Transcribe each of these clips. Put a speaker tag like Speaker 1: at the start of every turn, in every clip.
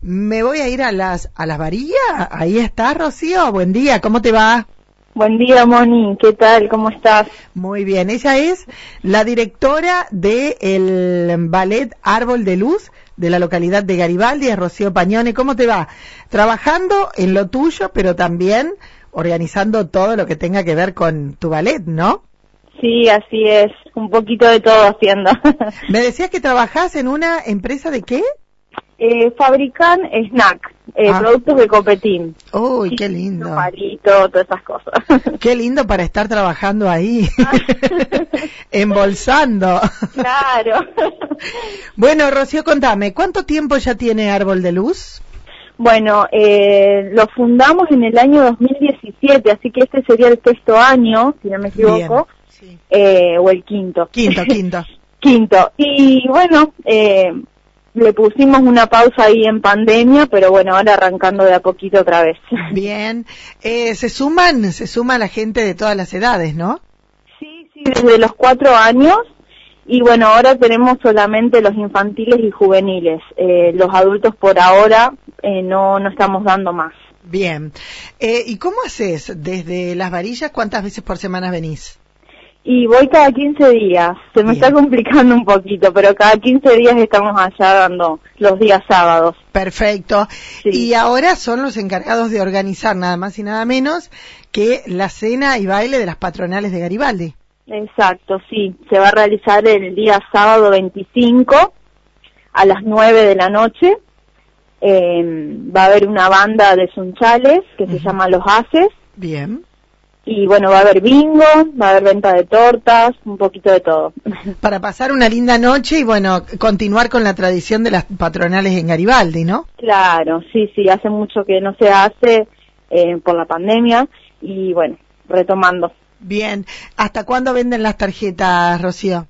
Speaker 1: Me voy a ir a las, a las varillas. Ahí está, Rocío. Buen día, ¿cómo te va?
Speaker 2: Buen día, Moni. ¿Qué tal? ¿Cómo estás?
Speaker 1: Muy bien. Ella es la directora del ballet Árbol de Luz de la localidad de Garibaldi, es Rocío Pañone. ¿Cómo te va? Trabajando en lo tuyo, pero también organizando todo lo que tenga que ver con tu ballet, ¿no?
Speaker 2: Sí, así es. Un poquito de todo haciendo.
Speaker 1: Me decías que trabajás en una empresa de qué?
Speaker 2: Eh, fabrican snack, eh,
Speaker 1: Ah.
Speaker 2: productos de copetín.
Speaker 1: Uy, qué lindo.
Speaker 2: Palito, todas esas cosas.
Speaker 1: Qué lindo para estar trabajando ahí, embolsando.
Speaker 2: claro.
Speaker 1: Bueno, Rocío, contame, ¿cuánto tiempo ya tiene Árbol de Luz?
Speaker 2: Bueno, eh, lo fundamos en el año 2017, así que este sería el sexto año, si no me equivoco,
Speaker 1: Bien.
Speaker 2: eh, o el quinto.
Speaker 1: Quinto, quinto.
Speaker 2: Quinto. Y bueno, eh, le pusimos una pausa ahí en pandemia, pero bueno, ahora arrancando de a poquito otra vez.
Speaker 1: Bien. Eh, se suman, se suma la gente de todas las edades, ¿no?
Speaker 2: Sí, sí, desde los cuatro años. Y bueno, ahora tenemos solamente los infantiles y juveniles. Eh, los adultos por ahora eh, no, no estamos dando más.
Speaker 1: Bien. Eh, ¿Y cómo haces desde las varillas? ¿Cuántas veces por semana venís?
Speaker 2: Y voy cada 15 días. Se me
Speaker 1: Bien.
Speaker 2: está complicando un poquito, pero cada 15 días estamos allá dando los días sábados.
Speaker 1: Perfecto.
Speaker 2: Sí.
Speaker 1: Y ahora son los encargados de organizar nada más y nada menos que la cena y baile de las patronales de Garibaldi.
Speaker 2: Exacto, sí. Se va a realizar el día sábado 25 a las 9 de la noche. Eh, va a haber una banda de sunchales que se
Speaker 1: Ujú.
Speaker 2: llama Los Haces.
Speaker 1: Bien.
Speaker 2: Y bueno, va a haber bingo, va a haber venta de tortas, un poquito de todo.
Speaker 1: Para pasar una linda noche y bueno, continuar con la tradición de las patronales en Garibaldi, ¿no?
Speaker 2: claro, sí, sí, hace mucho que no se hace eh, por la pandemia. Y bueno, retomando.
Speaker 1: Bien. ¿Hasta cuándo venden las tarjetas, Rocío?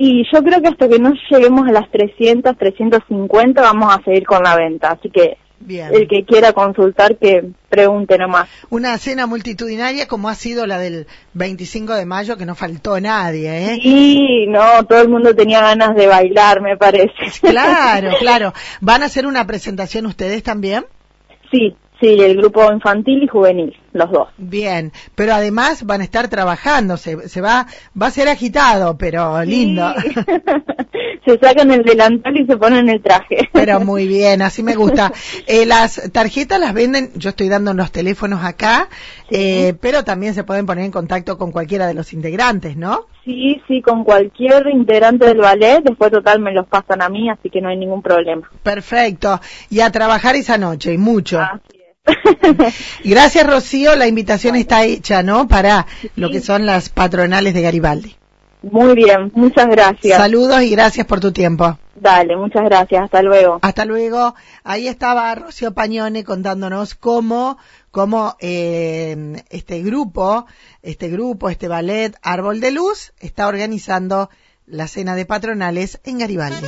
Speaker 2: Y yo creo que hasta que no lleguemos a las 300, 350 vamos a seguir con la venta. Así que
Speaker 1: Bien.
Speaker 2: el que quiera consultar que pregunte nomás.
Speaker 1: Una cena multitudinaria como ha sido la del 25 de mayo, que no faltó nadie, ¿eh?
Speaker 2: Y no, todo el mundo tenía ganas de bailar, me parece.
Speaker 1: Claro, claro. ¿Van a hacer una presentación ustedes también?
Speaker 2: sí, sí, el grupo infantil y juvenil, los dos.
Speaker 1: Bien, pero además van a estar trabajando, se, se va, va a ser agitado, pero lindo.
Speaker 2: Sí. se sacan el delantal y se ponen el traje.
Speaker 1: Pero muy bien, así me gusta. Eh, las tarjetas las venden, yo estoy dando los teléfonos acá, eh, pero también se pueden poner en contacto con cualquiera de los integrantes, ¿no?
Speaker 2: Sí, sí, con cualquier integrante del ballet, después total me los pasan a mí, así que no hay ningún problema.
Speaker 1: Perfecto. Y a trabajar esa noche, y mucho.
Speaker 2: Así es.
Speaker 1: Gracias, Rocío. La invitación está hecha, ¿no? Para lo que son las patronales de Garibaldi.
Speaker 2: Muy bien, muchas gracias.
Speaker 1: Saludos y gracias por tu tiempo.
Speaker 2: Dale, muchas gracias, hasta luego.
Speaker 1: Hasta luego. Ahí estaba Rocío Pañone contándonos cómo, cómo eh, este grupo, este grupo, este ballet Árbol de Luz está organizando la cena de patronales en Garibaldi.